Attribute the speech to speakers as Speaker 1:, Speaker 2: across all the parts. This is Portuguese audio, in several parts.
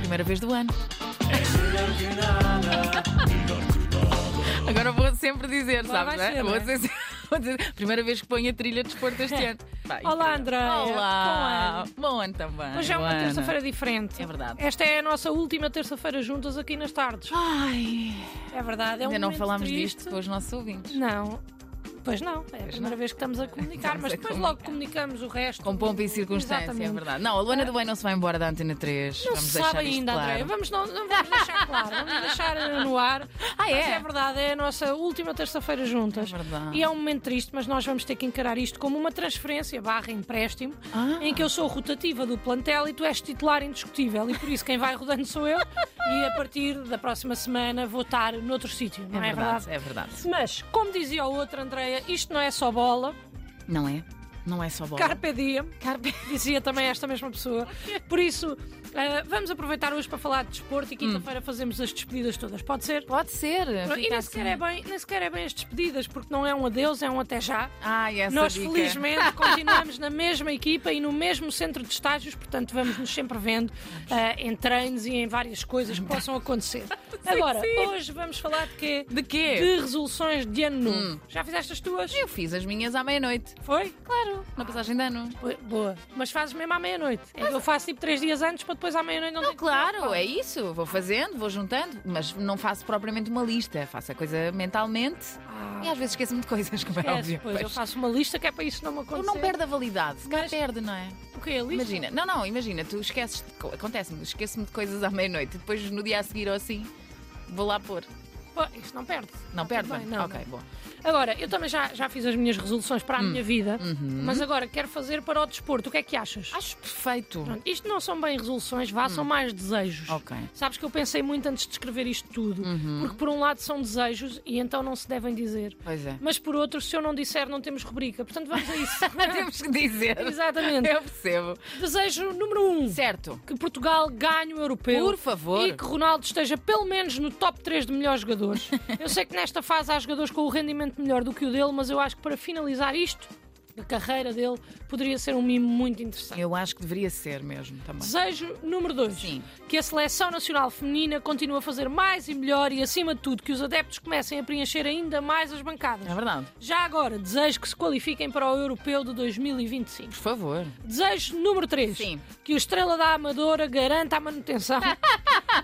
Speaker 1: primeira vez do ano. Agora vou sempre dizer,
Speaker 2: Vai,
Speaker 1: sabes?
Speaker 2: vai
Speaker 1: né?
Speaker 2: ser,
Speaker 1: vou,
Speaker 2: né?
Speaker 1: dizer, vou dizer, primeira vez que ponho a trilha de desporto este ano. Vai,
Speaker 2: Olá,
Speaker 1: incrível.
Speaker 2: Andréia. Bom
Speaker 1: Olá!
Speaker 2: ano.
Speaker 1: Bom ano também.
Speaker 2: Hoje é uma
Speaker 1: Joana.
Speaker 2: terça-feira diferente.
Speaker 1: É verdade.
Speaker 2: Esta é a nossa última terça-feira juntas aqui nas tardes.
Speaker 1: Ai,
Speaker 2: É verdade. É um
Speaker 1: ainda não
Speaker 2: momento
Speaker 1: falámos
Speaker 2: triste.
Speaker 1: disto com os nossos ouvintes.
Speaker 2: Não. Pois não. É a primeira
Speaker 1: não.
Speaker 2: vez que estamos a comunicar,
Speaker 1: Estamos
Speaker 2: mas
Speaker 1: a
Speaker 2: depois
Speaker 1: comunicar.
Speaker 2: logo comunicamos o resto.
Speaker 1: Com pompa e circunstância,
Speaker 2: Exatamente.
Speaker 1: é verdade. Não, a Luana do Bem não se vai embora da Antena 3.
Speaker 2: Não
Speaker 1: Vamos
Speaker 2: se
Speaker 1: deixar
Speaker 2: sabe
Speaker 1: isto
Speaker 2: ainda,
Speaker 1: claro. É
Speaker 2: Andréia. Vamos, não, não vamos deixar claro, vamos deixar eh, no ar.
Speaker 1: Ah, é?
Speaker 2: Mas é verdade, é a nossa última terça-feira juntas.
Speaker 1: É verdade.
Speaker 2: E é um momento triste, mas nós vamos ter que encarar isto como uma transferência barra empréstimo,
Speaker 1: Ah.
Speaker 2: em que eu sou rotativa do plantel e tu és titular indiscutível. E por isso quem vai rodando sou eu. e a partir da próxima semana vou estar noutro sítio, não é, verdade?
Speaker 1: é verdade.
Speaker 2: Mas, como dizia o outro, Andréia, isto não é só bola,
Speaker 1: Não é? Não é só bola.
Speaker 2: carpe diem. Dizia também esta mesma pessoa. Por isso, eh, vamos aproveitar hoje para falar de desporto e quinta-feira fazemos as despedidas todas. Pode ser?
Speaker 1: Hum. Pode ser.
Speaker 2: E
Speaker 1: fica
Speaker 2: nem
Speaker 1: assim.
Speaker 2: sequer, é bem, nem sequer é bem as despedidas, porque não é um adeus, é um até já.
Speaker 1: Ai, essa
Speaker 2: Nós,
Speaker 1: dica. é.
Speaker 2: felizmente, continuamos na mesma equipa e no mesmo centro de estágios, portanto, vamos-nos sempre vendo eh, em treinos e em várias coisas que possam acontecer. Agora, hoje vamos falar de quê?
Speaker 1: De quê? Hum.
Speaker 2: De resoluções de ano novo. Já fizeste as tuas?
Speaker 1: Eu fiz as minhas à meia-noite.
Speaker 2: Foi?
Speaker 1: Claro, na passagem de ano.
Speaker 2: Oi, Boa. Mas fazes mesmo à meia-noite. É que eu faço tipo três dias antes para depois à meia-noite não,
Speaker 1: Não,
Speaker 2: ter que
Speaker 1: claro,
Speaker 2: preocupar.
Speaker 1: é isso. Vou fazendo, vou juntando, mas não faço propriamente uma lista. Faço a coisa mentalmente e às vezes esqueço-me de coisas, como é
Speaker 2: Ah, Esquece,
Speaker 1: óbvio.
Speaker 2: pois, eu
Speaker 1: Pois.
Speaker 2: faço uma lista que é para isso não me
Speaker 1: Ou
Speaker 2: acontecer.
Speaker 1: não perde a validade, se calhar
Speaker 2: Mas-
Speaker 1: perde, não é?
Speaker 2: O que é a lista?
Speaker 1: Imagina, não, não, imagina, tu esqueces, de co- acontece-me, esqueço-me de coisas à meia-noite e depois no dia a seguir ou assim vou lá pôr.
Speaker 2: Pô, isso não perde.
Speaker 1: Não
Speaker 2: Ah, Tudo
Speaker 1: perde?
Speaker 2: bem,
Speaker 1: Vânia?
Speaker 2: não,
Speaker 1: ok, bom.
Speaker 2: não. Agora, eu também já, já fiz as minhas resoluções para a
Speaker 1: Hum.
Speaker 2: minha vida,
Speaker 1: Uhum.
Speaker 2: mas agora quero fazer para o desporto. O que é que achas?
Speaker 1: Acho perfeito.
Speaker 2: Pronto, isto não são bem resoluções, vá, são mais desejos.
Speaker 1: Hum. Ok. Uhum.
Speaker 2: Sabes que eu pensei muito antes de escrever isto tudo, porque por um lado são desejos e então não se devem dizer.
Speaker 1: Pois é.
Speaker 2: Mas por outro, se eu não disser, não temos rubrica. Portanto, vamos a isso.
Speaker 1: Temos que dizer.
Speaker 2: Exatamente.
Speaker 1: Eu percebo.
Speaker 2: Desejo número um.
Speaker 1: Certo.
Speaker 2: Que Portugal ganhe o europeu.
Speaker 1: Por favor.
Speaker 2: E que Ronaldo esteja pelo menos no top 3 de melhores jogadores. eu sei que nesta fase há jogadores com o rendimento melhor do que o dele, mas eu acho que para finalizar isto, a carreira dele poderia ser um mimo muito interessante.
Speaker 1: Eu acho que deveria ser mesmo também.
Speaker 2: Desejo número 2.
Speaker 1: Sim.
Speaker 2: Que a seleção nacional feminina continue a fazer mais e melhor e, acima de tudo, que os adeptos comecem a preencher ainda mais as bancadas.
Speaker 1: É verdade.
Speaker 2: Já agora, desejo que se qualifiquem para o Europeu de 2025.
Speaker 1: Por favor.
Speaker 2: Desejo número 3.
Speaker 1: Sim.
Speaker 2: Que o Estrela da Amadora garanta a manutenção.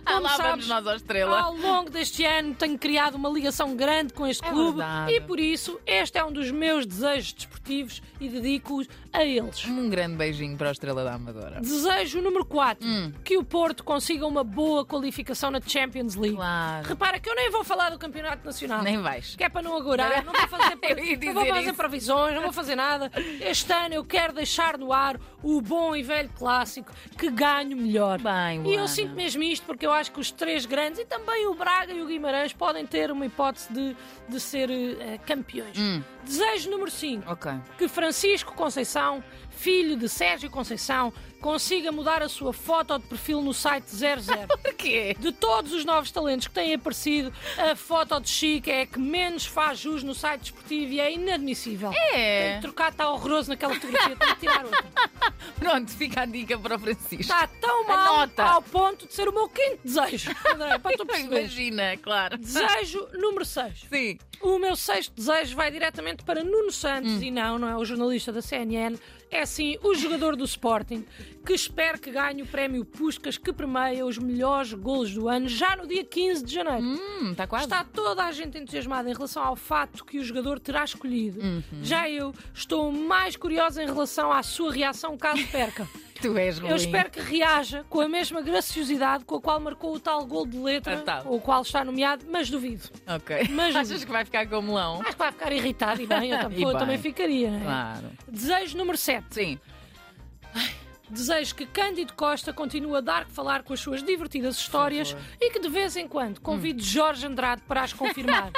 Speaker 2: Como
Speaker 1: Lá
Speaker 2: sabes,
Speaker 1: vamos nós à estrela.
Speaker 2: ao longo deste ano tenho criado uma ligação grande com este
Speaker 1: É
Speaker 2: clube
Speaker 1: verdade.
Speaker 2: e por isso este é um dos meus desejos desportivos e dedico-os a eles.
Speaker 1: Um grande beijinho para a Estrela da Amadora.
Speaker 2: Desejo número 4.
Speaker 1: Hum.
Speaker 2: Que o Porto consiga uma boa qualificação na Champions League.
Speaker 1: Claro.
Speaker 2: Repara que eu nem vou falar do Campeonato Nacional.
Speaker 1: Nem vais.
Speaker 2: Que é para não agorar, não vou fazer,
Speaker 1: Eu ia
Speaker 2: não vou
Speaker 1: dizer
Speaker 2: fazer
Speaker 1: isso.
Speaker 2: previsões, não vou fazer nada. Este ano eu quero deixar no ar o bom e velho clássico que ganho melhor.
Speaker 1: Bem,
Speaker 2: e
Speaker 1: Luana.
Speaker 2: eu sinto mesmo isto porque eu acho que os três grandes e também o Braga e o Guimarães podem ter uma hipótese de, de ser eh, campeões.
Speaker 1: Hum.
Speaker 2: Desejo número 5
Speaker 1: Ok.
Speaker 2: que Francisco Conceição, filho de Sérgio Conceição, consiga mudar a sua foto de perfil no site 00.
Speaker 1: Porquê?
Speaker 2: De todos os novos talentos que têm aparecido, a foto de Chico é a que menos faz jus no site desportivo e é inadmissível. Tem
Speaker 1: É.
Speaker 2: que trocar, está horroroso naquela fotografia, tem que tirar outra.
Speaker 1: Pronto, fica a dica para o Francisco.
Speaker 2: Está Tá tão mal
Speaker 1: Anota.
Speaker 2: ao ponto de ser o meu quinto desejo. André, para tu perceberes.
Speaker 1: Imagina, claro.
Speaker 2: Desejo número 6.
Speaker 1: Sim.
Speaker 2: O meu sexto desejo vai diretamente para Nuno Santos e não, não é o jornalista da CNN, é sim o jogador do Sporting, que espero que ganhe o prémio Puscas que permeia os melhores golos do ano já no dia 15 de janeiro.
Speaker 1: Hum, está quase.
Speaker 2: Está toda a gente entusiasmada em relação ao fato que o jogador terá escolhido. Já eu estou mais curiosa em relação à sua reação caso perca.
Speaker 1: Tu és ruim.
Speaker 2: Eu espero que reaja com a mesma graciosidade com a qual marcou o tal gol de letra,
Speaker 1: Ah, tá.
Speaker 2: com o qual está nomeado, mas duvido.
Speaker 1: Ok.
Speaker 2: Mas-
Speaker 1: Achas que vai ficar com o melão?
Speaker 2: Acho que vai ficar irritado e bem, eu, tam-
Speaker 1: E
Speaker 2: eu
Speaker 1: bem.
Speaker 2: também ficaria. Né?
Speaker 1: Claro.
Speaker 2: Desejo número 7.
Speaker 1: Sim.
Speaker 2: Desejo que Cândido Costa continue a dar que falar com as suas divertidas histórias e que de vez em quando
Speaker 1: Hum.
Speaker 2: convide Jorge Andrade para as confirmar.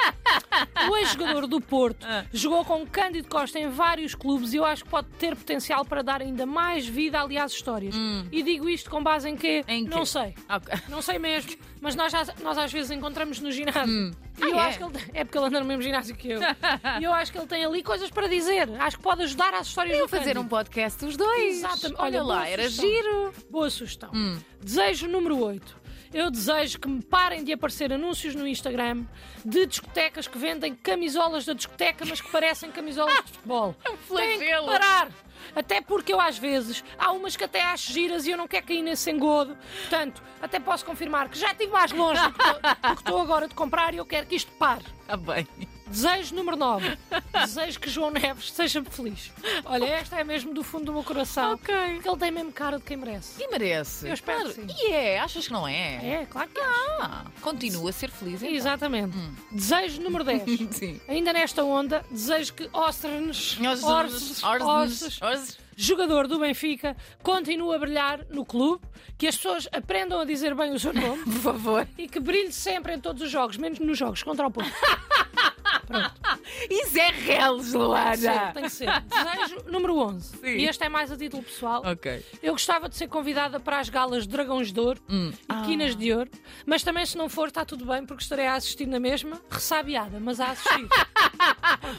Speaker 2: o ex-jogador do Porto
Speaker 1: Ah.
Speaker 2: jogou com Cândido Costa em vários clubes e eu acho que pode ter potencial para dar ainda mais vida ali às histórias. E digo isto com base em quê?
Speaker 1: Hum. Em quê?
Speaker 2: Não sei.
Speaker 1: Ok.
Speaker 2: Não sei mesmo, mas nós, já- nós às vezes encontramos no ginásio. Hum. E
Speaker 1: Ah,
Speaker 2: eu
Speaker 1: é?
Speaker 2: acho que ele, é porque ele anda no mesmo ginásio que eu. e eu acho que ele tem ali coisas para dizer. Acho que pode ajudar às histórias
Speaker 1: Iam
Speaker 2: do
Speaker 1: fazer um
Speaker 2: Cândido.
Speaker 1: podcast os dois.
Speaker 2: Exatamente.
Speaker 1: Olha
Speaker 2: Olha, boa
Speaker 1: lá, era
Speaker 2: sugestão.
Speaker 1: giro.
Speaker 2: Boa sugestão. Desejo número 8. Eu desejo que me parem de aparecer anúncios no Instagram de discotecas que vendem camisolas da discoteca, mas que parecem camisolas de futebol. É um
Speaker 1: flagelo.
Speaker 2: parar. Até porque eu às vezes há umas que até acho giras e eu não quero cair nesse engodo. Portanto, até posso confirmar que já estive mais longe do que tô- do que estou agora de comprar e eu quero que isto pare.
Speaker 1: Está Tá bem.
Speaker 2: Desejo número 9. Desejo que João Neves seja feliz. Olha, esta é mesmo do fundo do meu coração.
Speaker 1: Ok.
Speaker 2: Porque ele tem mesmo cara de quem merece.
Speaker 1: E merece.
Speaker 2: Eu espero que sim.
Speaker 1: E é, achas que não é?
Speaker 2: É, claro que é.
Speaker 1: Ah, continua a ser feliz. então.
Speaker 2: Exatamente. Desejo número 10.
Speaker 1: Sim.
Speaker 2: Ainda nesta onda, desejo que Osternes, Orses,
Speaker 1: Orses,
Speaker 2: Orses,
Speaker 1: orses, orses.
Speaker 2: jogador do Benfica, continue a brilhar no clube, que as pessoas aprendam a dizer bem o seu nome
Speaker 1: Por favor.
Speaker 2: e que brilhe sempre em todos os jogos, menos nos jogos contra o Porto.
Speaker 1: Isso é reles,
Speaker 2: Sim,
Speaker 1: Luana.
Speaker 2: tem que ser. Desejo número 11.
Speaker 1: Sim.
Speaker 2: E este é mais a título pessoal.
Speaker 1: Ok.
Speaker 2: Eu gostava de ser convidada para as galas Dragões de Ouro
Speaker 1: Hum.
Speaker 2: e Quinas de Ouro, mas também se não for, está tudo bem, porque estarei a assistir na mesma, ressabiada, mas a assistir.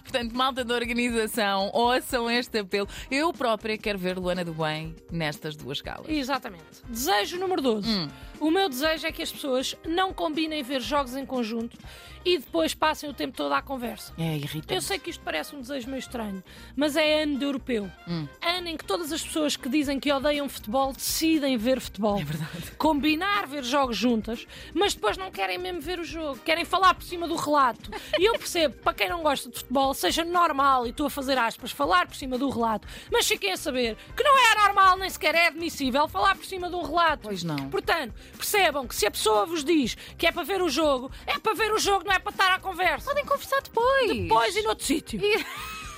Speaker 1: Portanto, malta da organização, ouçam este apelo. Eu própria quero ver Luana do Bem nestas duas galas.
Speaker 2: Exatamente. Desejo número 12.
Speaker 1: Hum.
Speaker 2: O meu desejo é que as pessoas não combinem ver jogos em conjunto e depois passem o tempo todo à conversa.
Speaker 1: É irritante.
Speaker 2: Eu sei que isto parece um desejo meio estranho, mas é ano de europeu.
Speaker 1: Hum.
Speaker 2: Ano em que todas as pessoas que dizem que odeiam futebol decidem ver futebol. É
Speaker 1: verdade.
Speaker 2: Combinar ver jogos juntas, mas depois não querem mesmo ver o jogo, querem falar por cima do relato. E eu percebo, para quem não gosta de futebol, seja normal, e estou a fazer aspas, falar por cima do relato, mas fiquem a saber que não é normal, nem sequer é admissível falar por cima de um relato.
Speaker 1: Pois não.
Speaker 2: Portanto, percebam que se a pessoa vos diz que é para ver o jogo, é para ver o jogo, não é para estar à conversa.
Speaker 1: Podem conversar depois.
Speaker 2: Depois e noutro sítio.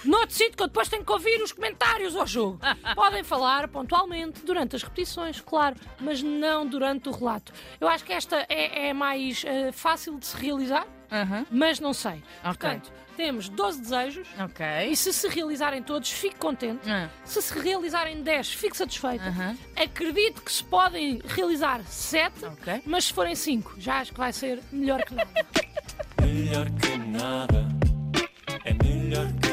Speaker 2: Noutro sítio que eu depois tenho que ouvir os comentários ao jogo.
Speaker 1: Ah.
Speaker 2: Podem falar pontualmente durante as repetições, claro, mas não durante o relato. Eu acho que esta é, é mais eh, fácil de se realizar,
Speaker 1: Aham.
Speaker 2: mas não sei.
Speaker 1: Ok.
Speaker 2: Portanto, temos 12 desejos.
Speaker 1: Ok.
Speaker 2: E se se realizarem todos, fico contente.
Speaker 1: Ah.
Speaker 2: Se se realizarem 10, fico satisfeita.
Speaker 1: Aham.
Speaker 2: Acredito que se podem realizar 7,
Speaker 1: Ok.
Speaker 2: mas se forem 5, já acho que vai ser melhor que nada.
Speaker 3: Melhor que nada é melhor que